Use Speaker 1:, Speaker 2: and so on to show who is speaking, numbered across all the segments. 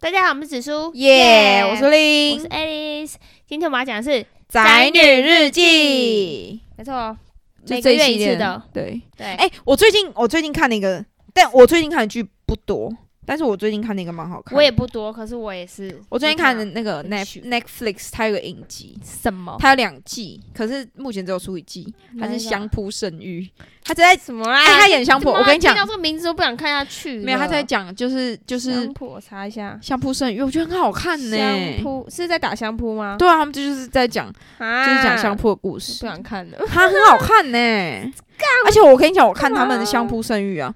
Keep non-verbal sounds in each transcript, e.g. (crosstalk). Speaker 1: 大家好，我们是紫苏，
Speaker 2: 耶、我是
Speaker 1: 我
Speaker 2: 林
Speaker 1: 是，Alice。今天我们要讲的是，
Speaker 2: 宅女日记，
Speaker 1: 没错，
Speaker 2: 就
Speaker 1: 每个
Speaker 2: 这一
Speaker 1: 月
Speaker 2: 系
Speaker 1: 一次
Speaker 2: 列
Speaker 1: 的，。
Speaker 2: 对，
Speaker 1: 对，
Speaker 2: 哎、我最近我最近看了一个，但我最近看的剧不多，但是我最近看了一个蛮好看的。
Speaker 1: 我也不多，可是我也是。
Speaker 2: 我最近看的那个
Speaker 1: 很
Speaker 2: Net
Speaker 1: 趣
Speaker 2: Netflix，它有个影集，
Speaker 1: 什么？
Speaker 2: 它有两季，可是目前只有出哦一季，它
Speaker 1: 哪
Speaker 2: 是
Speaker 1: 一个
Speaker 2: 相扑圣域，它只在
Speaker 1: 什么啦？
Speaker 2: 哎他演香婆
Speaker 1: 怎么啊
Speaker 2: 我跟你讲
Speaker 1: 听到这个名字都不想看下去了。
Speaker 2: 没有，他在讲就是就是
Speaker 1: 香扑，我查一下。
Speaker 2: 相扑圣域，我觉得很好看呢、
Speaker 1: 香扑是在打香扑吗？
Speaker 2: 对啊，他们就是在讲
Speaker 1: 啊，
Speaker 2: 就是讲相
Speaker 1: 扑，
Speaker 2: 扑的故
Speaker 1: 不
Speaker 2: 事，
Speaker 1: 想看
Speaker 2: (laughs)
Speaker 1: 了。
Speaker 2: 它很好看呢、而且我跟你讲，我看他们的
Speaker 1: 干嘛
Speaker 2: 相扑圣域啊，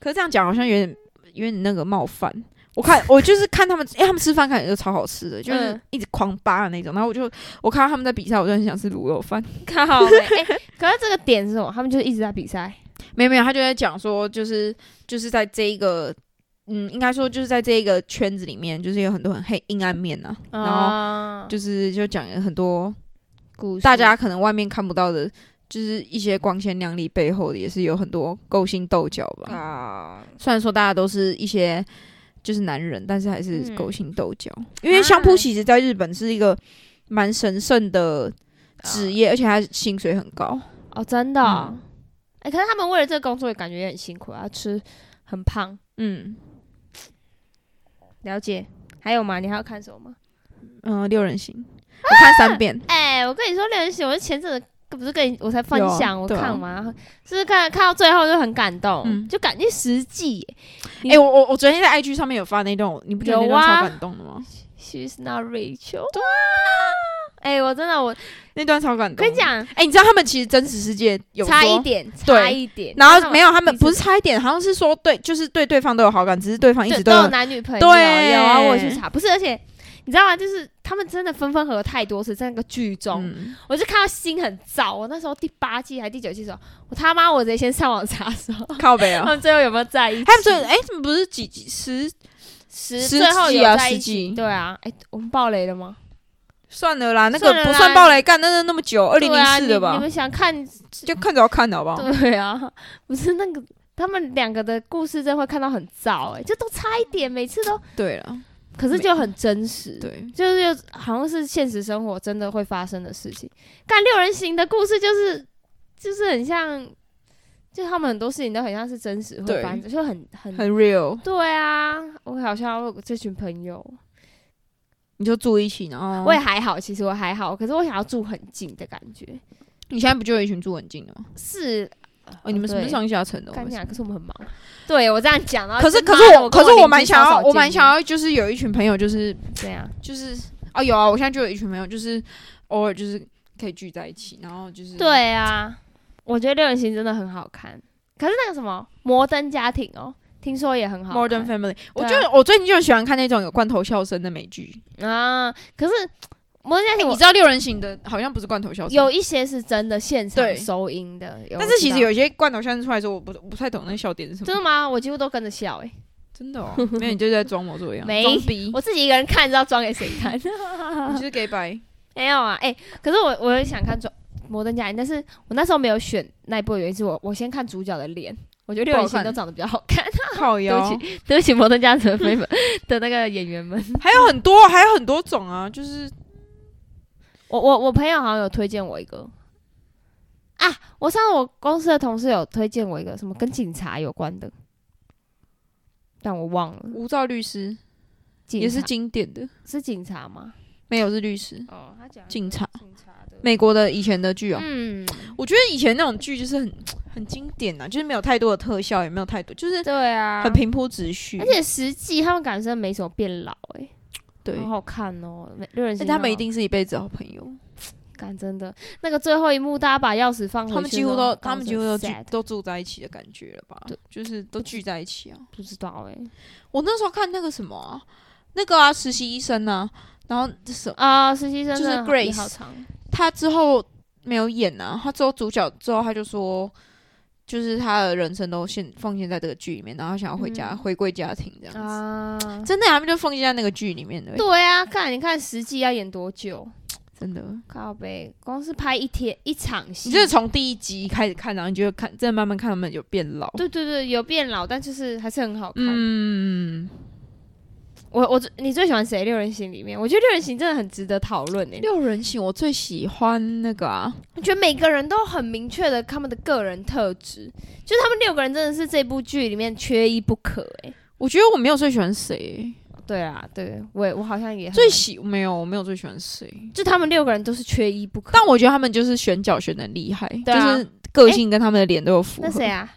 Speaker 2: 可是这样讲好像有点有点那个冒犯。我看 (laughs) 我就是看他们，因为他们吃饭看起来就超好吃的，就是
Speaker 1: 嗯
Speaker 2: 一直狂扒的那种。然后我就我看到他们在比赛，我就很想吃卤肉饭。
Speaker 1: 看 (laughs) 好了，哎，可是这个点是什么？他们就是一直在比赛。
Speaker 2: 没有没有，他就在讲说，就是就是在这一个。嗯，应该说就是在这一个圈子里面，就是有很多很黑阴暗面啊，然后
Speaker 1: 后
Speaker 2: 就是就讲了很多
Speaker 1: 哦故事
Speaker 2: 大家可能外面看不到的，就是一些光鲜亮丽背后的也是有很多勾心斗角吧。
Speaker 1: 啊，
Speaker 2: 虽然说大家都是一些就是男人，但是还是
Speaker 1: 嗯啊
Speaker 2: 勾心斗角。因为相扑其实在日本是一个蛮神圣的
Speaker 1: 啊
Speaker 2: 职业，而且他薪水很高。
Speaker 1: 哦，真的哦、
Speaker 2: 嗯
Speaker 1: 哎、可是他们为了这个工作也感觉也很辛苦啊，吃很胖，
Speaker 2: 嗯
Speaker 1: 了解。还有吗？你还要看什么吗？
Speaker 2: 嗯、呃六人行，我
Speaker 1: 啊
Speaker 2: 看三遍。
Speaker 1: 哎、我跟你说，六人行，我前阵子不是跟你我才分享、
Speaker 2: 有啊
Speaker 1: 我
Speaker 2: 对啊
Speaker 1: 看完，然后就是看看到最后就很感动，
Speaker 2: 嗯
Speaker 1: 就感觉实际耶。
Speaker 2: 哎、我我我昨天在 IG 上面有发那段，你不觉得那
Speaker 1: 有
Speaker 2: 段
Speaker 1: 啊
Speaker 2: 超感动的吗？
Speaker 1: She's not Rachel。对
Speaker 2: 啊
Speaker 1: 哎、我真的，我
Speaker 2: 那段超感动。
Speaker 1: 跟你，讲，
Speaker 2: 哎、你知道他们其实真实世界有
Speaker 1: 差一
Speaker 2: 说
Speaker 1: 点，
Speaker 2: 对
Speaker 1: 差一点。
Speaker 2: 然后没有，他们
Speaker 1: 一直
Speaker 2: 不是差一点，好像是说对，就是对对方都有好感，只是对方一
Speaker 1: 对
Speaker 2: 直
Speaker 1: 都
Speaker 2: 都
Speaker 1: 有
Speaker 2: 有
Speaker 1: 男女朋友，
Speaker 2: 对
Speaker 1: 有啊，我去查，不是，而且你知道吗？就是他们真的分分合合太多次，在那个剧中，
Speaker 2: 嗯
Speaker 1: 我就看到心很燥。我那时候第八季还是第九季的时候，我他妈我直接先上网查说
Speaker 2: 靠北
Speaker 1: 他 (laughs)
Speaker 2: 啊。
Speaker 1: 们最后有没有在一起？
Speaker 2: 他们说，哎，怎么不是几几十？
Speaker 1: 十
Speaker 2: 十
Speaker 1: 最后
Speaker 2: 季
Speaker 1: 有
Speaker 2: 啊
Speaker 1: 在一
Speaker 2: 十
Speaker 1: 起？
Speaker 2: 季
Speaker 1: 对啊，哎、我们爆雷了吗？
Speaker 2: 算了啦，那
Speaker 1: 算了啦
Speaker 2: 个不算暴雷，干那那那么久，二零
Speaker 1: 对
Speaker 2: 零
Speaker 1: 啊
Speaker 2: 四的
Speaker 1: 你。
Speaker 2: 吧哦
Speaker 1: 你，们想看？
Speaker 2: 就看着要看的好不好？
Speaker 1: 对啊，不是那个。他们两个的故事真的会看到很燥，哎，就都差一点，每次都，
Speaker 2: 对了，
Speaker 1: 可是就很真实，
Speaker 2: 对，
Speaker 1: 就是又好像是现实生活真的会发生的事情。干六人行的故事就是就是很像，就他们很多事情都很像是真实会
Speaker 2: 对
Speaker 1: 发生，就很很
Speaker 2: 很 real，
Speaker 1: 对啊。我好像我这群朋友，
Speaker 2: 你就住一起，然后
Speaker 1: 我也还好，其实我还好，可是我想要住很近的感觉。
Speaker 2: 你现在不就有一群住很近的吗？
Speaker 1: 是，
Speaker 2: 哦，你们是不是
Speaker 1: 对
Speaker 2: 上下层的？
Speaker 1: 看起啊来，可
Speaker 2: 是
Speaker 1: 是我们很忙。对我这样讲，然后
Speaker 2: 可是
Speaker 1: 就
Speaker 2: 可
Speaker 1: 妈
Speaker 2: 是
Speaker 1: 的
Speaker 2: 我
Speaker 1: 我
Speaker 2: 可
Speaker 1: 跟
Speaker 2: 是
Speaker 1: 我
Speaker 2: 我
Speaker 1: 邻
Speaker 2: 蛮
Speaker 1: 居
Speaker 2: 想
Speaker 1: 超
Speaker 2: 要
Speaker 1: 少，
Speaker 2: 我蛮
Speaker 1: 见
Speaker 2: 想
Speaker 1: 面
Speaker 2: 要，就是有一群朋友，就是
Speaker 1: 这样。
Speaker 2: 就是哦，有啊，我现在就有一群朋友，就是偶尔就是可以聚在一起，然后就是
Speaker 1: 对啊，我觉得《六人行》真的很好看，可是那个什么《摩登家庭》哦，听说也很好看。
Speaker 2: Modern Family，我
Speaker 1: 对
Speaker 2: 就我最近就喜欢看那种有罐头笑声的美剧。哎
Speaker 1: 啊，可是《摩登家庭
Speaker 2: 你》知道六人行的好像不是罐头笑
Speaker 1: 我
Speaker 2: 声，
Speaker 1: 有，一些是真的现场
Speaker 2: 对
Speaker 1: 收音的，有
Speaker 2: 但是其实有
Speaker 1: 知
Speaker 2: 一些罐头笑声出来的时候，我不我不太懂那个笑点是什
Speaker 1: 道
Speaker 2: 么
Speaker 1: 真。的吗？我几乎都跟着笑哎，
Speaker 2: 真的哦，没有你就在装模作样，
Speaker 1: 没
Speaker 2: 装逼，
Speaker 1: (laughs) 我自己一个人看，知道装给谁 (laughs)
Speaker 2: (laughs)
Speaker 1: 看？
Speaker 2: 你就是 gay
Speaker 1: (laughs)
Speaker 2: 白。
Speaker 1: 没有啊，哎，可是我我也想看装。摩登家庭，但是我那时候没有选那一部的原因是我我先看主角的脸，我觉得六人
Speaker 2: 不好
Speaker 1: 行
Speaker 2: 看
Speaker 1: 都长得比较好看。
Speaker 2: 靠腰
Speaker 1: 对，不 (laughs) 起，对不起，摩登家庭的粉 (laughs) 们的那个演员们，
Speaker 2: 还有很多，还有很多种啊，就是
Speaker 1: 我我我朋友好像有推荐我一个啊，我上次我公司的同事有推荐我一个什么跟警察有关的，但我忘了，
Speaker 2: 无照律师
Speaker 1: 警察
Speaker 2: 也是经典的，
Speaker 1: 是警察吗？
Speaker 2: 没有是律师，
Speaker 1: 哦，他讲
Speaker 2: 警察，
Speaker 1: 警察的，
Speaker 2: 美国的以前的剧哦，
Speaker 1: 嗯，
Speaker 2: 我觉得以前那种剧就是很很经典啊，就是没有太多的特效，也没有太多，就是
Speaker 1: 对啊，
Speaker 2: 很平铺直叙
Speaker 1: 而。且实际他们感觉没什么变老、欸，
Speaker 2: 对，
Speaker 1: 好好看哦，每六人
Speaker 2: 而且
Speaker 1: 行
Speaker 2: 他们
Speaker 1: 好
Speaker 2: 一定是一辈子好朋友，
Speaker 1: 感真的那个最后一幕，大家把钥匙放回去的时候，
Speaker 2: 他们几乎都他们
Speaker 1: 搞
Speaker 2: 几乎
Speaker 1: 得
Speaker 2: 都
Speaker 1: 很
Speaker 2: 聚
Speaker 1: sad
Speaker 2: 都住在一起的感觉了吧
Speaker 1: 对？
Speaker 2: 就是都聚在一起啊。
Speaker 1: 不知道哎、
Speaker 2: 我那时候看那个什么啊、那个啊，实习医生啊，然后这什么
Speaker 1: 啊，实习生
Speaker 2: 就是
Speaker 1: 真的好
Speaker 2: Grace
Speaker 1: 也好长，
Speaker 2: 他之后没有演啊，他之后主角之后他就说，就是他的人生都献奉献在这个剧里面，然后他想要回家、
Speaker 1: 嗯
Speaker 2: 回归家庭这样子。
Speaker 1: 啊，
Speaker 2: 真的，他们就奉献在那个剧里面的，
Speaker 1: 对啊，看你看实际要演多久？
Speaker 2: 真的。
Speaker 1: 靠背，光是拍一天一场戏，
Speaker 2: 你就是从第一集开始看，然后你就会看，真的慢慢看他们有变老。
Speaker 1: 对对对，有变老，但就是还是很好看。
Speaker 2: 嗯，
Speaker 1: 我我最你最喜欢谁？六人行里面，我觉得六人行真的很值得讨论诶。
Speaker 2: 六人行我最喜欢那个啊，
Speaker 1: 我觉得每个人都很明确的他们的个人特质，就是他们六个人真的是这部剧里面缺一不可欸诶。
Speaker 2: 我觉得我没有最喜欢谁，
Speaker 1: 对啊，对我也我好像也很
Speaker 2: 最
Speaker 1: 难
Speaker 2: 喜没有，我没有最喜欢谁，
Speaker 1: 就他们六个人都是缺一不可。
Speaker 2: (laughs) 但我觉得他们就是选角选的厉害，
Speaker 1: 对啊
Speaker 2: 就是个性跟他们的脸都有符合。
Speaker 1: 那谁啊？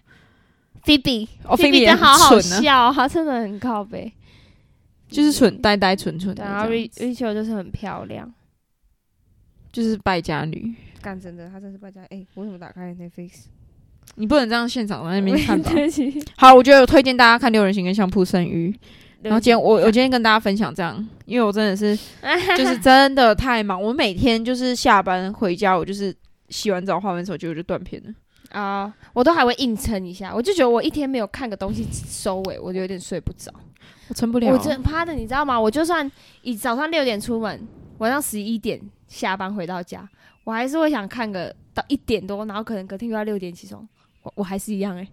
Speaker 1: 菲比，
Speaker 2: 哦，
Speaker 1: 菲
Speaker 2: 菲
Speaker 1: 比
Speaker 2: 比
Speaker 1: 真好好
Speaker 2: 很蠢啊，
Speaker 1: 笑，她真的很靠背。
Speaker 2: 就是蠢呆呆蠢蠢的
Speaker 1: 对，啊然后
Speaker 2: 这样
Speaker 1: Rich
Speaker 2: 子，
Speaker 1: Rachel 就是很漂亮，
Speaker 2: 就是败家女。
Speaker 1: 干真的，她真是败家。哎、我怎么打开 Netflix？
Speaker 2: 你不能这样现场在
Speaker 1: (laughs)
Speaker 2: 那边看吧？
Speaker 1: 对不起
Speaker 2: 好，我觉得我推荐大家看《六人行》跟《相扑生鱼》，然后今天我我今天跟大家分享这样，因为我真的
Speaker 1: (laughs)
Speaker 2: 是就是真的太忙，我每天就是下班回家，我就是洗完澡、画完手机我就断片了。
Speaker 1: 啊、我都还会硬撑一下，我就觉得我一天没有看个东西收尾，我就有点睡不着。
Speaker 2: 我撑不了，
Speaker 1: 我真趴的，你知道吗？我就算以早上六点出门，晚上十一点下班回到家，我还是会想看个到一点多，然后可能隔天又要六点起床，我我还是一样哎、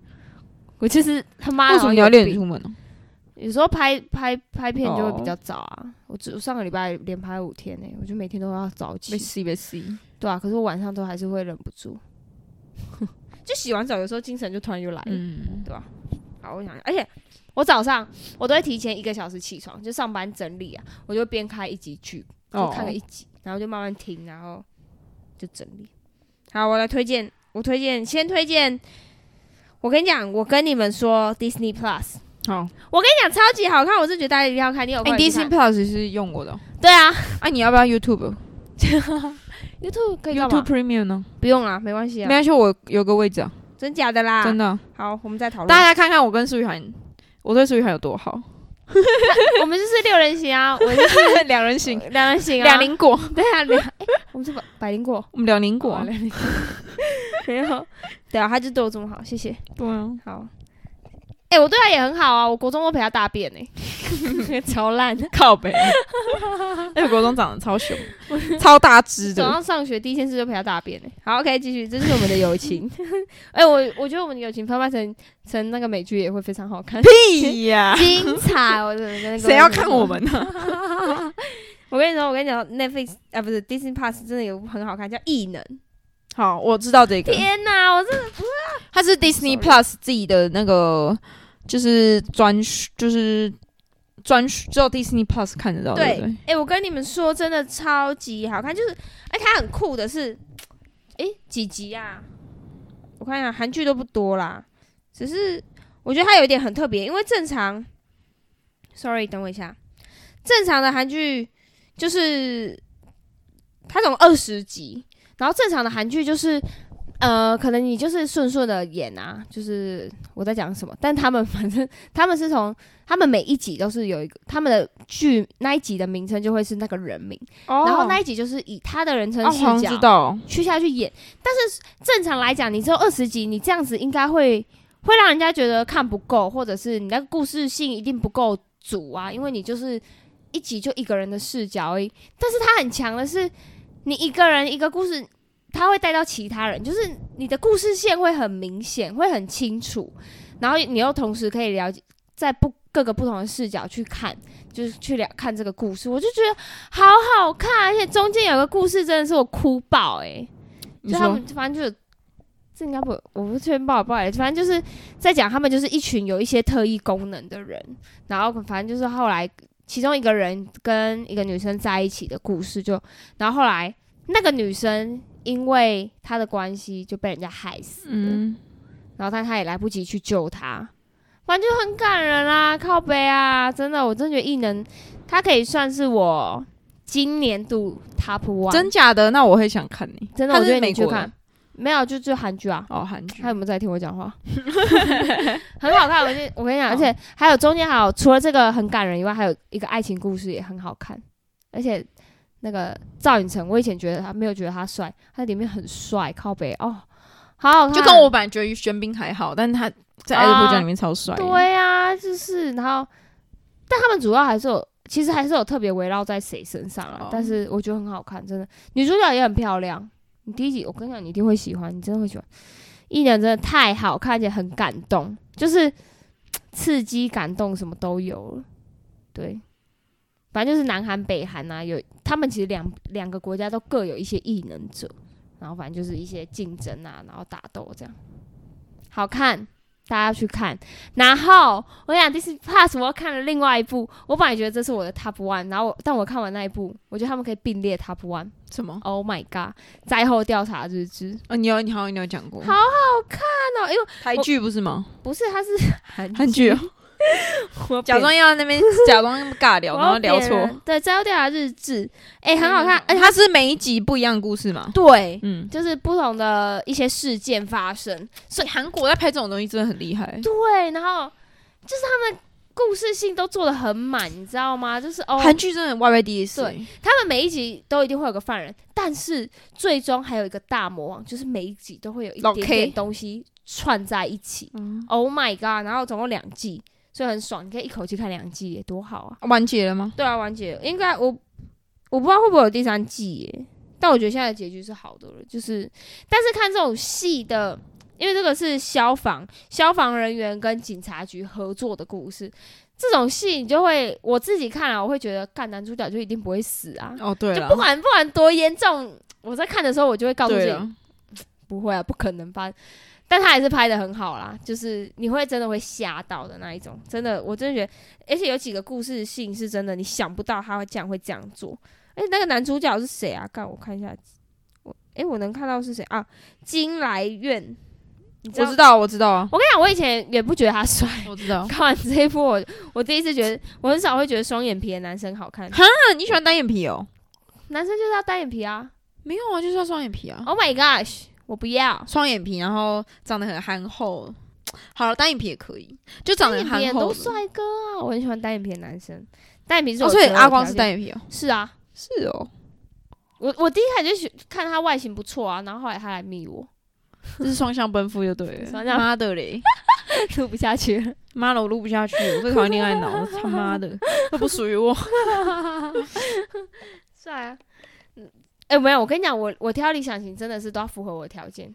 Speaker 1: 我就是他妈的
Speaker 2: 为什么你要
Speaker 1: 好像有
Speaker 2: 六点
Speaker 1: 病
Speaker 2: 出门呢、
Speaker 1: 有时候拍拍拍片就会比
Speaker 2: 哦
Speaker 1: 较早啊。我只我上个礼拜连拍五天呢、欸我就每天都要早起
Speaker 2: 被。吸被吸，
Speaker 1: 对啊，可是我晚上都还是会忍不住， (laughs) 就洗完澡有时候精神就突然又来了。
Speaker 2: 嗯，
Speaker 1: 好，我想想，而且我早上我都会提前一个小时起床，就上班整理啊，我就边开一集剧，就
Speaker 2: 哦
Speaker 1: 看个一集，然后就慢慢听，然后就整理。好，我来推荐，我推荐先推荐，我跟你讲，我跟你们说 Disney Plus，
Speaker 2: 好，
Speaker 1: 我跟你讲超级好看，我是觉得大家一定要看，你有
Speaker 2: 哎、
Speaker 1: 空
Speaker 2: d
Speaker 1: 也
Speaker 2: i
Speaker 1: 去
Speaker 2: s
Speaker 1: 看、
Speaker 2: n e y Plus 是用过的哦，
Speaker 1: 对啊
Speaker 2: 哎、你要不要 YouTube？YouTube
Speaker 1: ，YouTube 可以干嘛
Speaker 2: Premium 呢？
Speaker 1: 不用啦，没关系
Speaker 2: 没
Speaker 1: 啊，
Speaker 2: 关系，我有个位置啊，
Speaker 1: 真假的啦，
Speaker 2: 真的啊、
Speaker 1: 好，我们再讨论
Speaker 2: 大。家看看我跟苏雨涵，我对苏雨涵有多好，
Speaker 1: 我们就是六人行啊，我就是
Speaker 2: (laughs) 两人行，
Speaker 1: 两人行啊，
Speaker 2: (laughs) 两，灵果，
Speaker 1: 对啊，两，哎我们是百百灵果。
Speaker 2: 我们两灵
Speaker 1: 过
Speaker 2: 果、啊，
Speaker 1: 没有， (laughs) 对啊，他就对我这么好，谢谢。
Speaker 2: 对啊，
Speaker 1: 好，哎、我对他也很好啊，我国中都陪他大便呢、 (laughs) 超烂。
Speaker 2: 靠 (laughs) 北，那个国哎中长得超 (laughs) 凶，超大只
Speaker 1: 早
Speaker 2: 的，
Speaker 1: 上上学第一件事就陪他大便呢、好，OK，继续，这就是我们的友情。 (laughs) 哎、我我觉得我们的友情翻拍成成那个美剧也会非常好 (laughs) 看，
Speaker 2: 屁呀、
Speaker 1: 精彩！我真的跟那个
Speaker 2: 谁要看我？们呢、
Speaker 1: (laughs) 我跟你说，我跟你讲，Netflix 啊，不是 Disney Plus 真的有很好看，叫《异能》。
Speaker 2: 好，我知道这个，
Speaker 1: 天哪，我真的
Speaker 2: 它是 Disney Plus 自己的那个，就是专属，就是专属，只有 Disney Plus 看得到，对
Speaker 1: 对
Speaker 2: 不对？，
Speaker 1: 哎、我跟你们说，真的超级好看，就是，哎、它很酷的是，哎、几集啊？我看一下，韩剧都不多啦，只是我觉得它有一点很特别，因为正常，sorry，等我一下，正常的韩剧就是它总二十集，然后正常的韩剧就是。呃，可能你就是顺顺的演啊，就是我在讲什么，但他们 (laughs) 反正他们是从他们每一集都是有一个他们的剧那一集的名称就会是那个人名，
Speaker 2: 哦
Speaker 1: 然后那一集就是以他的人称
Speaker 2: 啊，
Speaker 1: 视
Speaker 2: 黄
Speaker 1: 角、
Speaker 2: 知道，
Speaker 1: 去下去演。但是正常来讲，你只有二十集，你这样子应该会会让人家觉得看不够，或者是你那个故事性一定不够足啊，因为你就是一集就一个人的视角而已。但是它很强的是，你一个人一个故事，它会带到其他人，就是你的故事线会很明显，会很清楚，然后你又同时可以了解在不。各个不同的视角去看，就是去了看这个故事，我就觉得好好看，而且中间有个故事真的是我哭爆诶、
Speaker 2: 你
Speaker 1: 就他
Speaker 2: 说
Speaker 1: 们反正就这应该不，我不确定不好不好意思，欸反正就是在讲他们就是一群有一些特异功能的人，然后反正就是后来其中一个人跟一个女生在一起的故事就，然后后来那个女生因为她的关系就被人家害死，
Speaker 2: 嗯，
Speaker 1: 然后但她也来不及去救她，反正就很感人啊，靠背啊，真的，我真的觉得异能，它可以算是我今年度 top one，
Speaker 2: 真假的？那我会想看你，
Speaker 1: 真的，
Speaker 2: 它
Speaker 1: 我觉
Speaker 2: 是
Speaker 1: 得
Speaker 2: 美
Speaker 1: 你去
Speaker 2: 国
Speaker 1: 看
Speaker 2: 的，
Speaker 1: 没有就就韩剧啊，
Speaker 2: 哦，韩剧
Speaker 1: 他有没有在听我讲
Speaker 2: (laughs)
Speaker 1: 话？很好看，我跟我跟你讲，
Speaker 2: 好
Speaker 1: 而且还有中间还有除了这个很感人以外，还有一个爱情故事也很好看，而且那个赵寅成，我以前觉得他没有觉得他帅，他里面很帅，靠北哦，好好看，
Speaker 2: 就跟我本来觉得玄彬还好，但他在《爱的迫降》里面超帅，
Speaker 1: 啊
Speaker 2: 欸
Speaker 1: 对啊，就是然后，但他们主要还是有，其实还是有特别围绕在谁身上啊，
Speaker 2: 哦
Speaker 1: 但是我觉得很好看，真的，女主角也很漂亮。你第一集我跟你讲，你一定会喜欢，你真的会喜欢。一年真的太好看，而且很感动，就是刺激、感动什么都有了。对，反正就是南韩、北韩啊，有他们其实两两个国家都各有一些异能者，然后反正就是一些竞争啊，然后打斗这样，好看，大家要去看。然后我想 d i s Plus 我又看了另外一部，我本来觉得这是我的 Top One，然后我但我看完那一部，我觉得他们可以并列 Top One。
Speaker 2: 什么？
Speaker 1: Oh my god！灾后调查日志，
Speaker 2: 啊，你有你好像你有讲过，
Speaker 1: 好看哦，因为
Speaker 2: 台剧不是吗？
Speaker 1: 不是它是韩
Speaker 2: 韩剧哦，
Speaker 1: 我
Speaker 2: 假装要那边假装尬聊，
Speaker 1: 我
Speaker 2: 然后
Speaker 1: 要
Speaker 2: 聊
Speaker 1: 扁
Speaker 2: 错。嗯
Speaker 1: 人对，摘要调查日志，哎、很好看，而且它
Speaker 2: 它是每一集不一样的故事嘛？
Speaker 1: 对，
Speaker 2: 嗯，
Speaker 1: 就是不同的一些事件发生，
Speaker 2: 所以韩国在拍这种东西真的很厉害。
Speaker 1: 对，然后就是他们故事性都做的很满，你知道吗？就是哦，
Speaker 2: 韩剧真的 Y Y D S，欸
Speaker 1: 对，他们每一集都一定会有个犯人，但是最终还有一个大魔王，就是每一集都会有一
Speaker 2: 老
Speaker 1: 点
Speaker 2: K
Speaker 1: 点东西串在一起。oh my god！然后总共两季，所以很爽，你可以一口气看两季耶，多好啊！
Speaker 2: 完结了吗？
Speaker 1: 对啊，完结了应该我我不知道会不会有第三季耶，但我觉得现在的结局是好的了，就是但是看这种戏的，因为这个是消防消防人员跟警察局合作的故事，这种戏你就会我自己看了、我会觉得干男主角就一定不会死啊，
Speaker 2: 哦，对
Speaker 1: 就
Speaker 2: 了
Speaker 1: 不，管不管多严重，我在看的时候我就会告诉自
Speaker 2: 对
Speaker 1: 己
Speaker 2: 了，
Speaker 1: 不会啊，不可能翻。但他还是拍的很好啦，就是你会真的会吓到的那一种，真的，我真的觉得，而且有几个故事性是真的，你想不到他会这样会这样做。而且那个男主角是谁啊？干，我看一下，我诶，我能看到是谁啊？金来苑，你知
Speaker 2: 我哦
Speaker 1: 道？
Speaker 2: 知道，我知道啊，
Speaker 1: 我跟你讲，我以前也不觉得他帅，
Speaker 2: 我知道。
Speaker 1: (laughs) 看完这一部我，我第一次觉得，我很少会觉得双眼皮的男生好
Speaker 2: (laughs)
Speaker 1: 看，
Speaker 2: 那你喜欢单眼皮哦？
Speaker 1: 男生就是要单眼皮啊
Speaker 2: 没有啊，就是要双眼皮啊，
Speaker 1: ！Oh my gosh，我不要，
Speaker 2: 双眼皮，然后长得很憨厚。好了，单眼皮也可以，就长得
Speaker 1: 单
Speaker 2: 很
Speaker 1: 眼皮
Speaker 2: 憨
Speaker 1: 人
Speaker 2: 厚
Speaker 1: 都
Speaker 2: 的。
Speaker 1: 帅哥啊，我很喜欢单眼皮的男生。单眼皮是
Speaker 2: 哦，
Speaker 1: 我
Speaker 2: 所
Speaker 1: 择
Speaker 2: 以
Speaker 1: 偶
Speaker 2: 阿光是
Speaker 1: 条
Speaker 2: 单
Speaker 1: 件
Speaker 2: 眼皮哦。
Speaker 1: 是啊，
Speaker 2: 是哦，
Speaker 1: 我我第一开始就喜看他外形不错啊，然后后来他来密我，
Speaker 2: 这是双向奔赴就对了。
Speaker 1: 双向
Speaker 2: 妈的嘞！
Speaker 1: 录不下去 (laughs) 了。
Speaker 2: 妈的，我录不下去，我最讨厌恋爱脑，他
Speaker 1: (laughs)
Speaker 2: 妈的，这不属于我。
Speaker 1: 帅啊！哎、没有，我跟你讲，我我挑理想型真的是都要符合我的条件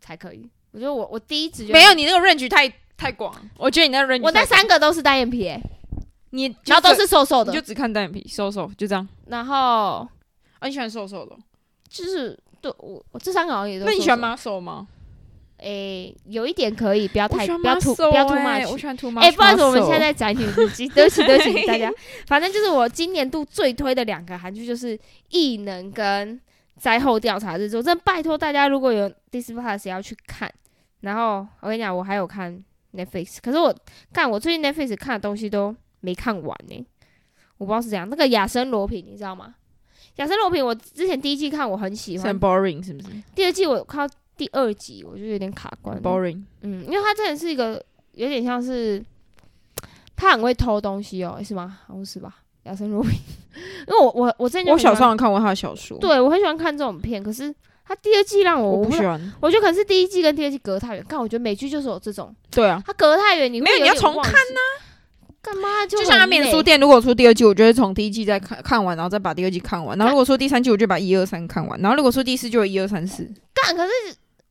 Speaker 1: 才可以。我觉得我我第一直觉
Speaker 2: 没有，，你那个 range 太太广，我觉得你那个 range
Speaker 1: 我那
Speaker 2: 太
Speaker 1: 三个都是单眼皮、欸，
Speaker 2: 你
Speaker 1: 然后都是瘦瘦
Speaker 2: 你就
Speaker 1: 的，
Speaker 2: 只看单眼皮，瘦瘦就这样。
Speaker 1: 然后
Speaker 2: 啊，你喜欢瘦瘦的哦？
Speaker 1: 就是对我我这三个好像也都。
Speaker 2: 那你喜欢？妈瘦吗？
Speaker 1: 哎、有一点可以，不要
Speaker 2: 我
Speaker 1: 太
Speaker 2: 喜欢
Speaker 1: 不要
Speaker 2: 妈
Speaker 1: 吐
Speaker 2: 瘦
Speaker 1: 不要吐
Speaker 2: 欸
Speaker 1: much
Speaker 2: 我喜欢 too much。
Speaker 1: 哎、不好意思，我们现在在宅女日
Speaker 2: (laughs)
Speaker 1: 记，对不起，对不起大家。反正就是我今年度最推的两个韩剧，就是《异能》跟《灾后调查日志》。我真的拜托大家，如果有 Disney Plus 要去看。然后我跟你讲，我还有看 Netflix，可是我看我最近 Netflix 看的东西都没看完呢、我不知道是怎样。那个《亚森罗平》，你知道吗？《亚森罗平》我之前第一季看我很喜
Speaker 2: 是很
Speaker 1: 欢，
Speaker 2: boring 是不是
Speaker 1: 第二季我看到第二集我就有点卡关了。
Speaker 2: ？boring
Speaker 1: 嗯，因为他真的是一个有点像是，他很会偷东西哦，是吗？好像是吧，亚森罗宾。因为我我我之前就
Speaker 2: 我
Speaker 1: 很喜
Speaker 2: 小
Speaker 1: 欢
Speaker 2: 时候好像看过他的小说，，
Speaker 1: 对我很喜欢看这种片，可是他第二季让我
Speaker 2: 我不
Speaker 1: 知
Speaker 2: 喜
Speaker 1: 道
Speaker 2: 欢。
Speaker 1: 我觉得可能是第一季跟第二季隔太远。看，我觉得美剧就是有这种，
Speaker 2: 对啊，
Speaker 1: 他隔太远，你会
Speaker 2: 没有你要
Speaker 1: 点
Speaker 2: 重
Speaker 1: 忘
Speaker 2: 看啊
Speaker 1: 记干嘛？就
Speaker 2: 就
Speaker 1: 就
Speaker 2: 像他免书店，如果出第二季，我就会从第一季再看看完，然后再把第二季看完。然后如果说第三季，我就把一二三看完。然后如果说第四，就有一二三四。
Speaker 1: 干，可是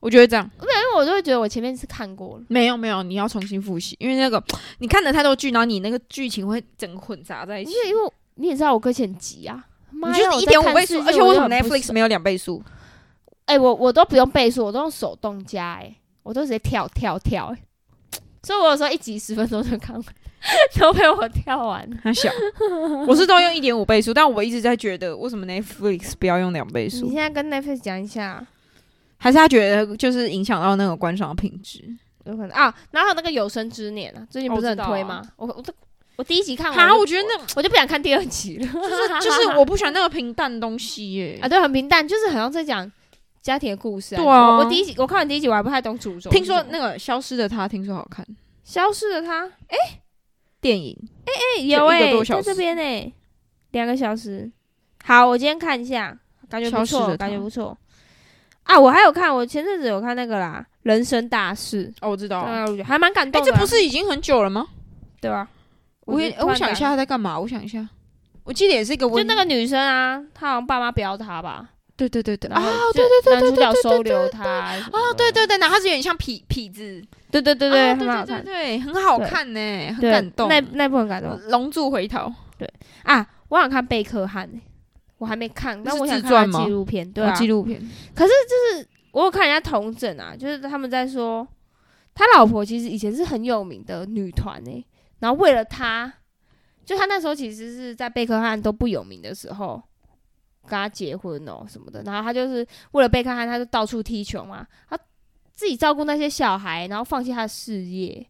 Speaker 2: 我觉得这样
Speaker 1: 因为我就会觉得我前面是看过了，
Speaker 2: 没有没有，你要重新复习，因为那个你看了太多剧，然后你那个剧情会整个混杂在一
Speaker 1: 因
Speaker 2: 起。
Speaker 1: 为因为你也知道我哥前急啊，妈
Speaker 2: 你
Speaker 1: 呀，
Speaker 2: 就
Speaker 1: 我
Speaker 2: 是一
Speaker 1: 在
Speaker 2: 点五
Speaker 1: 看
Speaker 2: 倍
Speaker 1: 世
Speaker 2: 速，
Speaker 1: 界
Speaker 2: 而且为
Speaker 1: 我
Speaker 2: 什
Speaker 1: 就
Speaker 2: 么
Speaker 1: 很不
Speaker 2: Netflix 没有两倍速？
Speaker 1: 哎、我我都不用倍速，我都用手动加、哎，我都直接跳跳跳、哎，所以我有时候一集十分钟就看完， (laughs) 都被我跳完了。
Speaker 2: 它小， (laughs) 我是都用一点五倍速，但我一直在觉得为什么 Netflix 不要用两倍
Speaker 1: 你
Speaker 2: 速
Speaker 1: 现？在跟 Netflix 讲一下，
Speaker 2: 还是他觉得就是影响到那个观赏的品质？
Speaker 1: 有可能啊，然后那个有生之年啊，最近不是很推吗？我我都我第一集看完，
Speaker 2: 哈，
Speaker 1: 我
Speaker 2: 我
Speaker 1: 就
Speaker 2: 觉得那
Speaker 1: 我就不想看第二集了， (laughs)。
Speaker 2: 就是 (laughs) 就是我不喜欢那个平淡的东西耶
Speaker 1: 啊，对，很平淡，就是好像在讲家庭的故事、
Speaker 2: 对啊
Speaker 1: 我我第一集我看完第一集我还不太懂主轴是什么，
Speaker 2: 听说那个消失的他，听说好看
Speaker 1: 消失的他，
Speaker 2: 电影，
Speaker 1: 哎、有
Speaker 2: 一个
Speaker 1: 哎、
Speaker 2: 多小
Speaker 1: 在
Speaker 2: 时
Speaker 1: 这边哎、两个小时。好，我今天看一下，感觉不
Speaker 2: 消失的
Speaker 1: 错，
Speaker 2: 她
Speaker 1: 感觉不错。啊，我还有看，我前阵子有看那个啦，《人生大事》
Speaker 2: 哦，我知道啊。
Speaker 1: 啊，我觉得还蛮感
Speaker 2: 哎，
Speaker 1: 动的
Speaker 2: 这
Speaker 1: 啊、
Speaker 2: 不是已经很久了吗？
Speaker 1: 对吧？
Speaker 2: 我
Speaker 1: 觉
Speaker 2: 也
Speaker 1: 得
Speaker 2: 呃
Speaker 1: 突
Speaker 2: 我
Speaker 1: 然
Speaker 2: 想一下
Speaker 1: 感，
Speaker 2: 他在干嘛？我想一下，我记得也是一
Speaker 1: 就
Speaker 2: 个温
Speaker 1: 那个女生啊，她好像爸妈不要她吧，
Speaker 2: 对对对对
Speaker 1: 然
Speaker 2: 啊
Speaker 1: 后，对对对，男主角收留她啊，
Speaker 2: 哦对对对，然后他是有点像痞痞子，
Speaker 1: 对对对
Speaker 2: 啊
Speaker 1: 对，
Speaker 2: 对
Speaker 1: 很好
Speaker 2: 对对
Speaker 1: 看，
Speaker 2: 对，很好
Speaker 1: 对
Speaker 2: 看呢，很
Speaker 1: 对
Speaker 2: 感动。嗯
Speaker 1: 那那部很感动。
Speaker 2: 龙柱回头，
Speaker 1: 啊，我想看贝克汉、欸，我还没看，但
Speaker 2: 是
Speaker 1: 我想
Speaker 2: 自
Speaker 1: 看
Speaker 2: 传
Speaker 1: 他
Speaker 2: 吗
Speaker 1: 纪录片，对
Speaker 2: 哦
Speaker 1: 啊，
Speaker 2: 纪录片，
Speaker 1: 我有看人家同整啊，就是他们在说，他老婆其实以前是很有名的女团诶、然后为了他，就他那时候其实是在贝克汉都不有名的时候跟他结婚哦、什么的，然后他就是为了贝克汉，他就到处踢球嘛，他自己照顾那些小孩，然后放弃他的事业，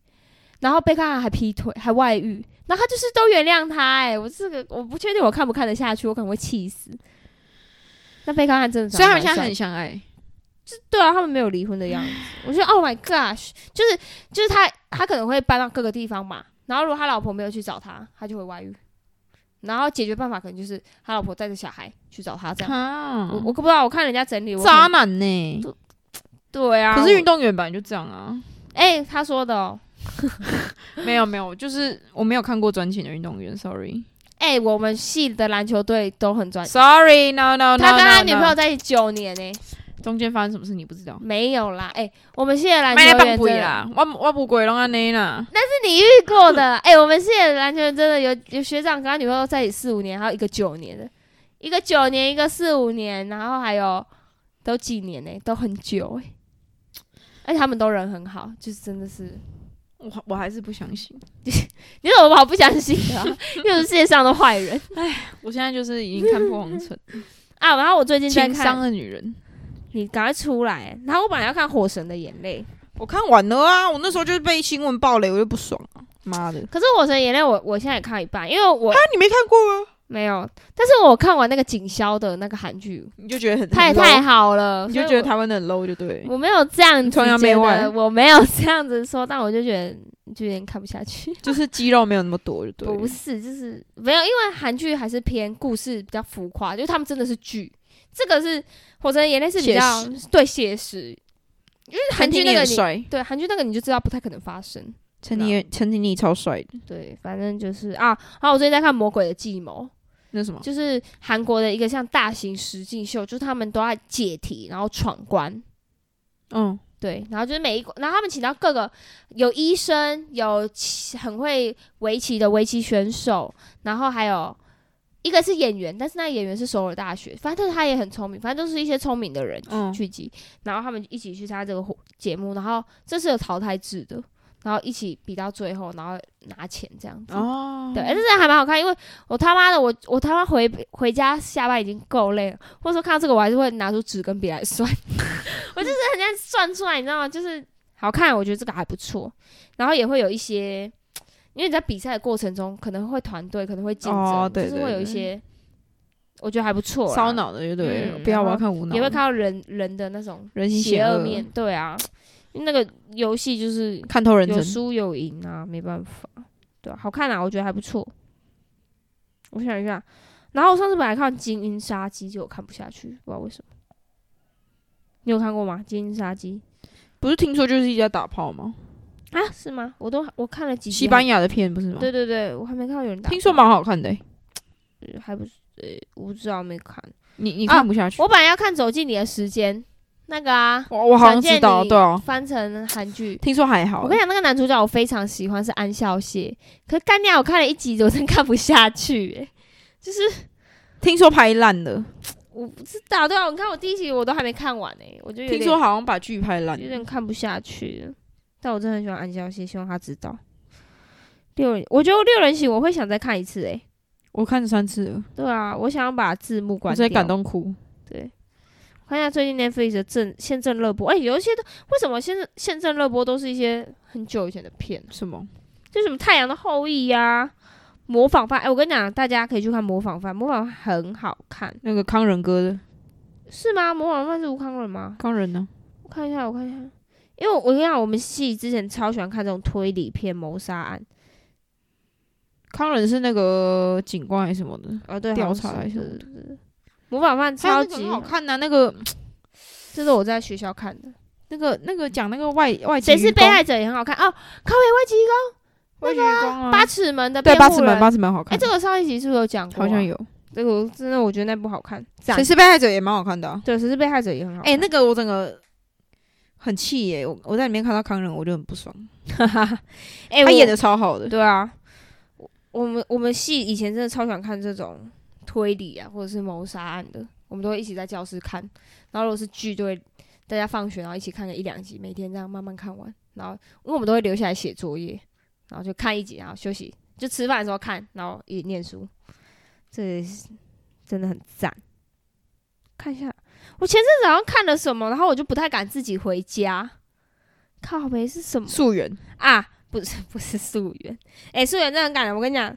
Speaker 1: 然后贝克汉还劈腿，还外遇，然后他就是都原谅他诶、我这个我不确定我看不看得下去，我可能会气死。那贝克汉真的长
Speaker 2: 所
Speaker 1: 得
Speaker 2: 以他
Speaker 1: 蛮帅的，
Speaker 2: 们现在很相爱。
Speaker 1: 对啊，他们没有离婚的样子。我觉
Speaker 2: (laughs)
Speaker 1: 得 Oh my gosh，就是就是他他可能会搬到各个地方嘛，然后如果他老婆没有去找他，他就会外遇。然后解决办法可能就是他老婆带着小孩去找他这样。
Speaker 2: 啊
Speaker 1: 我我不知道，我看人家整理，我
Speaker 2: 渣
Speaker 1: 可能
Speaker 2: 男呢、
Speaker 1: 对啊，
Speaker 2: 可是运
Speaker 1: 动
Speaker 2: 动员本来就这样啊。
Speaker 1: 哎、他说的、哦，
Speaker 2: 没有没有，就是我没有看过专情的运动员，sorry。
Speaker 1: 哎、我们系的篮球队都很专
Speaker 2: Sorry, no no no, no, no。
Speaker 1: 啊他跟他女朋友在一起九年呢、
Speaker 2: 中间发生什么事你不知道？
Speaker 1: 没有啦，哎、我们系的篮球
Speaker 2: 别
Speaker 1: 员
Speaker 2: 放
Speaker 1: 真
Speaker 2: 鬼
Speaker 1: 的
Speaker 2: 啦！我我不鬼拢安尼啦。
Speaker 1: 是你遇过的， (laughs) 哎、我们系的篮球员真的有有学长跟他女朋友在一起四五年，还有一个九年的，一个九年，一个四五年，然后还有都几年呢、都很久哎、而且他们都人很好，就是真的是，
Speaker 2: 我我还是不相信。
Speaker 1: 你怎么好不相信
Speaker 2: (laughs)
Speaker 1: 的、啊？因为世界上的坏人
Speaker 2: 我现在就是已经看破红 (laughs) 尘，
Speaker 1: 啊！然后我最近在
Speaker 2: 情
Speaker 1: 看
Speaker 2: 商，的女人。
Speaker 1: 你赶快出来。然后我本来要看《火神的眼泪
Speaker 2: 我看完了啊！我那时候就是被新闻爆雷，我就不爽啊！妈的，》，
Speaker 1: 可是《火神的眼泪》我我现在也看一半，因为我
Speaker 2: 那你没看过啊？
Speaker 1: 没有，但是我看完那个警消的那个韩剧，
Speaker 2: 你就觉得很
Speaker 1: 太
Speaker 2: 很
Speaker 1: 太
Speaker 2: low
Speaker 1: 好了，
Speaker 2: 你就
Speaker 1: 所以
Speaker 2: 觉得
Speaker 1: 我
Speaker 2: 台湾的很 low 就对。
Speaker 1: 我没有这样子
Speaker 2: 崇洋媚
Speaker 1: 觉得
Speaker 2: 外
Speaker 1: 我没有这样子说，但我就觉得就有点看不下去。
Speaker 2: 就是肌肉没有那么多 (laughs) 就对了。
Speaker 1: 不是，就是没有，因为韩剧还是偏故事比较浮夸，就是他们真的是剧，这个是《火神的眼泪》是比
Speaker 2: 写
Speaker 1: 较对写实，因为韩
Speaker 2: 陈
Speaker 1: 剧
Speaker 2: 廷
Speaker 1: 那
Speaker 2: 也
Speaker 1: 个
Speaker 2: 很
Speaker 1: 你
Speaker 2: 帅，
Speaker 1: 对韩剧那个你就知道不太可能发生。
Speaker 2: 陈廷也陈廷也超帅的。
Speaker 1: 对，反正就是啊，然后我最近在看《魔鬼的计谋》，
Speaker 2: 那什么？
Speaker 1: 就是韩国的一个像大型实境秀，就是他们都在解题，然后闯关，
Speaker 2: 嗯，
Speaker 1: 对，然后就是每一个，然后他们请到各个有医生，有棋很会围棋的围棋选手，然后还有一个是演员，但是那个演员是首尔大学，反正就是他也很聪明，反正就是一些聪明的人
Speaker 2: 嗯
Speaker 1: 聚集，然后他们一起去参加这个活节目，然后这是有淘汰制的，然后一起比到最后，然后拿钱这样子。
Speaker 2: 哦，
Speaker 1: 对，哎，这真的还蛮好看，因为我他妈的，我我他妈回回家下班已经够累了，或者说看到这个，我还是会拿出纸跟笔来算， (laughs) 我就是很想算出来，你知道吗？就是好看，我觉得这个还不错，然后也会有一些，因为你在比赛的过程中可能会团队，可能会竞争，
Speaker 2: 哦对
Speaker 1: 就是会有一
Speaker 2: 对对
Speaker 1: 些，我觉得还不错啦，
Speaker 2: 烧脑的就对了。
Speaker 1: 嗯
Speaker 2: 不
Speaker 1: 然
Speaker 2: 要，我
Speaker 1: 后
Speaker 2: 要看无脑。
Speaker 1: 也会看到人人的那种
Speaker 2: 人心
Speaker 1: 邪
Speaker 2: 恶
Speaker 1: 面，，对啊，因为那个游戏就是
Speaker 2: 看透人
Speaker 1: 有
Speaker 2: 生。
Speaker 1: 输有赢啊，没办法。对啊、好看啊，我觉得还不错。我想一下，然后我上次本来看《精英杀机》，结果看不下去，不知道为什么。你有看过吗？《精英杀机
Speaker 2: 不是听说就是一直在打炮吗？》
Speaker 1: 啊？是吗？我都我看了几集。
Speaker 2: 西班
Speaker 1: 牙？
Speaker 2: 牙的片不是吗？
Speaker 1: 对对对，我还没看到有人打。
Speaker 2: 听说蛮好看的欸、
Speaker 1: 呃？还不是？呃，我不知道，没看。
Speaker 2: 你你
Speaker 1: 啊
Speaker 2: 看不下去？
Speaker 1: 我本来要看《走进你的时间》，那个啊，
Speaker 2: 我我好像知
Speaker 1: 转
Speaker 2: 道，
Speaker 1: 借你
Speaker 2: 对啊，
Speaker 1: 翻成韩剧。
Speaker 2: 听说还好
Speaker 1: 我
Speaker 2: 欸、
Speaker 1: 跟你讲，那个男主角我非常喜欢，是安孝燮。可是干娘，我看了一集，我真看不下去、欸，就是
Speaker 2: 听说拍烂了，
Speaker 1: 我不知道，对啊，你看我第一集我都还没看完呢、欸我就有
Speaker 2: 听
Speaker 1: 点
Speaker 2: 说好像把剧拍烂
Speaker 1: 有
Speaker 2: 了
Speaker 1: 点。看不下去了。但我真的很喜欢安孝燮，希望他知道。六人，我觉得六人行我会想再看一次诶、欸
Speaker 2: 我看了三次了，
Speaker 1: 对啊，我想把字幕
Speaker 2: 我
Speaker 1: 关
Speaker 2: 在
Speaker 1: 掉。
Speaker 2: 感动哭。
Speaker 1: 对，我看一下最近 Netflix 的正现正热播，哎、有一些都为什么现在现正热播都是一些很久以前的片，
Speaker 2: 什么？
Speaker 1: 就什么《太阳的后裔》呀、模仿犯》哎、我跟你讲，大家可以去看《模仿犯》，《模仿犯》很好看，
Speaker 2: 那个康仁哥的
Speaker 1: 是吗？《模仿犯》是吴康仁吗？
Speaker 2: 康仁呢？
Speaker 1: 我看一下，我看一下，因为我跟你讲，我们系之前超喜欢看这种推理片、谋杀案，
Speaker 2: 康仁是那个警官还是什么的？
Speaker 1: 哦对，
Speaker 2: 调
Speaker 1: 好像
Speaker 2: 查还是
Speaker 1: 是
Speaker 2: 什么
Speaker 1: 对对对对模仿犯
Speaker 2: 还
Speaker 1: 超
Speaker 2: 有那个
Speaker 1: 级
Speaker 2: 很好，看啊呐、那个
Speaker 1: 这是我在学校看的。
Speaker 2: 那个那个讲那个外外籍
Speaker 1: 谁是
Speaker 2: 渔
Speaker 1: 被
Speaker 2: 工
Speaker 1: 害者也很好看哦，靠北外籍一
Speaker 2: 外籍渔工
Speaker 1: 个
Speaker 2: 啊？
Speaker 1: 八尺门的
Speaker 2: 对
Speaker 1: 辩
Speaker 2: 八
Speaker 1: 护
Speaker 2: 尺门
Speaker 1: 人
Speaker 2: 八尺门好
Speaker 1: 哎，
Speaker 2: 看，
Speaker 1: 这个上一集是不是有讲过啊？
Speaker 2: 好像有。
Speaker 1: 这个我真的我觉得那部好看，赞
Speaker 2: 谁。是被害者也蛮好看的、啊。
Speaker 1: 对，谁是被害者也很好看。
Speaker 2: 哎、那个我整个很气耶、我我在里面看到康仁我就很不爽，
Speaker 1: 哎，
Speaker 2: 他
Speaker 1: 我
Speaker 2: 演的超好的。
Speaker 1: 对啊，我我们我们系以前真的超喜欢看这种推理啊，或者是谋杀案的，我们都会一起在教室看。然后如果是剧，就会大家放学然后一起看个一两集，每天这样慢慢看完。然后因为我们都会留下来写作业，然后就看一集，然后休息，就吃饭的时候看，然后也念书。这也是真的很赞。看一下，我前阵子好像看了什么，然后我就不太敢自己回家。靠北是什么
Speaker 2: 溯源
Speaker 1: 啊？不是 (laughs) 不是溯源，哎、溯源真的很感人。我跟你讲，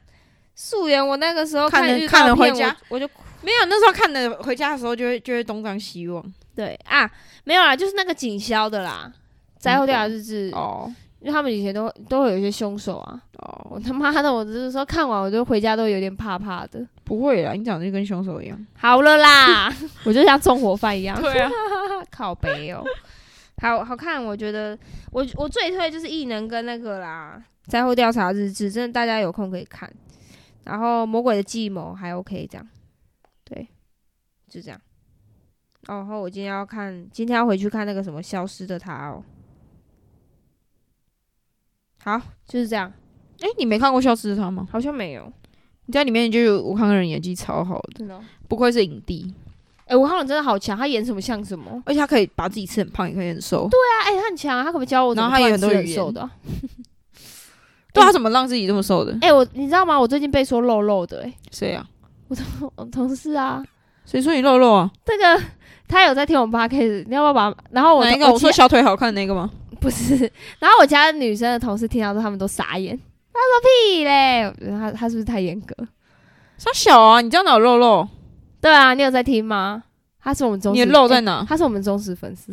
Speaker 1: 溯源我那个时候
Speaker 2: 看了
Speaker 1: 预
Speaker 2: 看
Speaker 1: 告
Speaker 2: 了回
Speaker 1: 片我
Speaker 2: 家
Speaker 1: 我就
Speaker 2: 没有，那时候看的回家的时候就会就会东张西望
Speaker 1: 对啊，没有啦，就是那个警消的啦，灾后调查日志，
Speaker 2: 哦
Speaker 1: 因为他们以前都会都会有一些凶手啊。我
Speaker 2: 哦，
Speaker 1: 他妈的，我就是说看完我就回家都有点怕怕的。
Speaker 2: 不会啦，你长得就跟凶手一样。
Speaker 1: 好了啦， (laughs) 我就像纵火犯一样，
Speaker 2: 对啊，
Speaker 1: (laughs) 靠北哦，好好看。我觉得我我最推就是异能跟那个啦，灾后调查日志，真的大家有空可以看。然后魔鬼的计谋还 OK，这样，对，就这样。哦然后我今天要看，今天要回去看那个什么《消失的她》哦。好，就是这样，
Speaker 2: 哎、你没看过《消失的她》吗？
Speaker 1: 好像没有，
Speaker 2: 你在里面就有吴康仁演技超好的，
Speaker 1: 真的、哦。
Speaker 2: 不愧是影帝，
Speaker 1: 哎、吴康仁真的好强，他演什么像什么。
Speaker 2: 而且他可以把自己吃很胖，也可以很瘦。
Speaker 1: 对啊，哎、他很强、啊，他可不可以教我怎
Speaker 2: 然
Speaker 1: 么
Speaker 2: 后他也
Speaker 1: 突
Speaker 2: 很多
Speaker 1: 吃很
Speaker 2: 语言
Speaker 1: 瘦的啊、
Speaker 2: 对啊，他怎么让自己这么瘦的？
Speaker 1: 哎、我你知道吗？我最近被说肉肉的、哎。 (laughs)
Speaker 2: 谁啊？
Speaker 1: 我同事啊，
Speaker 2: 谁说你肉肉啊？
Speaker 1: 这个他有在听我们 podcast，你要不要把？然后我哦
Speaker 2: 哪一个？
Speaker 1: 我
Speaker 2: 我说
Speaker 1: 其
Speaker 2: 小腿好看的那个吗？
Speaker 1: (laughs) 不是，然后我家的女生的同事听到之后，他们都傻眼，他说屁嘞，然后他他是不是太严格？
Speaker 2: 他小啊，你这样哪有肉肉？哎
Speaker 1: 对啊，你有在听吗？他是我们忠
Speaker 2: 你
Speaker 1: 实，
Speaker 2: 的肉在
Speaker 1: 欸
Speaker 2: 哪？
Speaker 1: 他是我们忠实粉丝，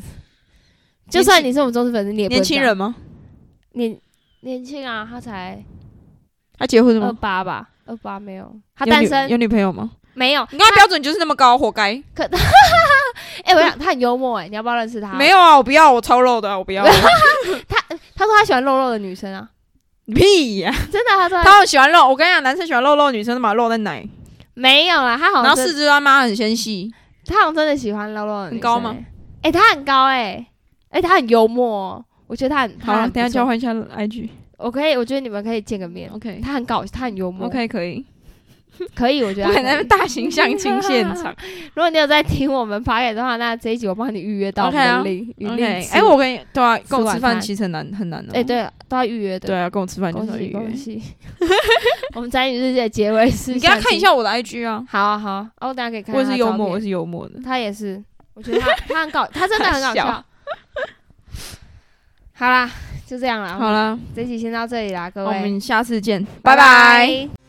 Speaker 1: 就算
Speaker 2: 年轻
Speaker 1: 你是我们忠实粉丝，你也不能
Speaker 2: 年
Speaker 1: 这
Speaker 2: 轻
Speaker 1: 样
Speaker 2: 人吗？
Speaker 1: 年年轻啊，他才
Speaker 2: 他结婚了
Speaker 1: 二
Speaker 2: 吗？
Speaker 1: 八吧，二八没有，他
Speaker 2: 呃他
Speaker 1: 单
Speaker 2: 有
Speaker 1: 身
Speaker 2: 女朋友吗？
Speaker 1: 没有，
Speaker 2: (laughs) 你看他标准就是那么高，活该。
Speaker 1: (laughs) 哎、我想他很幽默哎、你要不要认识他？
Speaker 2: 没，有啊，我不要，我超肉的啊，我
Speaker 1: (laughs)
Speaker 2: 不要。
Speaker 1: 他说他喜欢肉肉的女生啊，
Speaker 2: (laughs) 屁呀、
Speaker 1: 真的，他说
Speaker 2: 啊他们喜欢肉，我跟你讲，男生喜欢肉肉，女生嘛肉在奶，
Speaker 1: 没有啦，他好
Speaker 2: 然
Speaker 1: 像
Speaker 2: 后
Speaker 1: 真
Speaker 2: 四肢他妈很纤细，
Speaker 1: 他好像真的喜欢肉肉的、
Speaker 2: 很高吗？
Speaker 1: 哎、他很高哎、欸，哎、他很幽默、哦，我觉得他很
Speaker 2: 好了，等一下交
Speaker 1: 换，
Speaker 2: 换一下 IG。
Speaker 1: 我可以，我觉得你们可以见个面。
Speaker 2: OK
Speaker 1: 他很搞，他很幽默
Speaker 2: OK 可以，
Speaker 1: 可以，我觉
Speaker 2: 我
Speaker 1: 得他
Speaker 2: 可
Speaker 1: 可以
Speaker 2: 能大型相亲现
Speaker 1: (laughs)
Speaker 2: 场。
Speaker 1: 如果你有在听我们发言的话，那这一集我帮你预约到
Speaker 2: OK 啊
Speaker 1: 我们的领与
Speaker 2: OK，
Speaker 1: 领。
Speaker 2: 哎、我跟你对啊，跟
Speaker 1: 吃
Speaker 2: 我
Speaker 1: 晚
Speaker 2: 吃饭
Speaker 1: 餐
Speaker 2: 其实很难很难的、哦
Speaker 1: 哎、对，都要预约的。
Speaker 2: 对啊，跟我吃饭就
Speaker 1: 恭
Speaker 2: 是要
Speaker 1: 喜
Speaker 2: 预约
Speaker 1: 恭。
Speaker 2: (laughs)
Speaker 1: 喜！我们宅女日记的结尾是，
Speaker 2: 你给他看一。下我的 IG 啊，
Speaker 1: 好啊好啊，哦，大家可以看。
Speaker 2: 我也是幽默，我也，是幽默的。
Speaker 1: 他也是，我觉得他他很搞，他真的很搞
Speaker 2: 他笑
Speaker 1: 笑。好啦，就这样啦。
Speaker 2: 好啦，
Speaker 1: 这期先到这里啦，各
Speaker 2: 我
Speaker 1: 位，
Speaker 2: 们下次见，
Speaker 1: 拜
Speaker 2: 拜拜
Speaker 1: 拜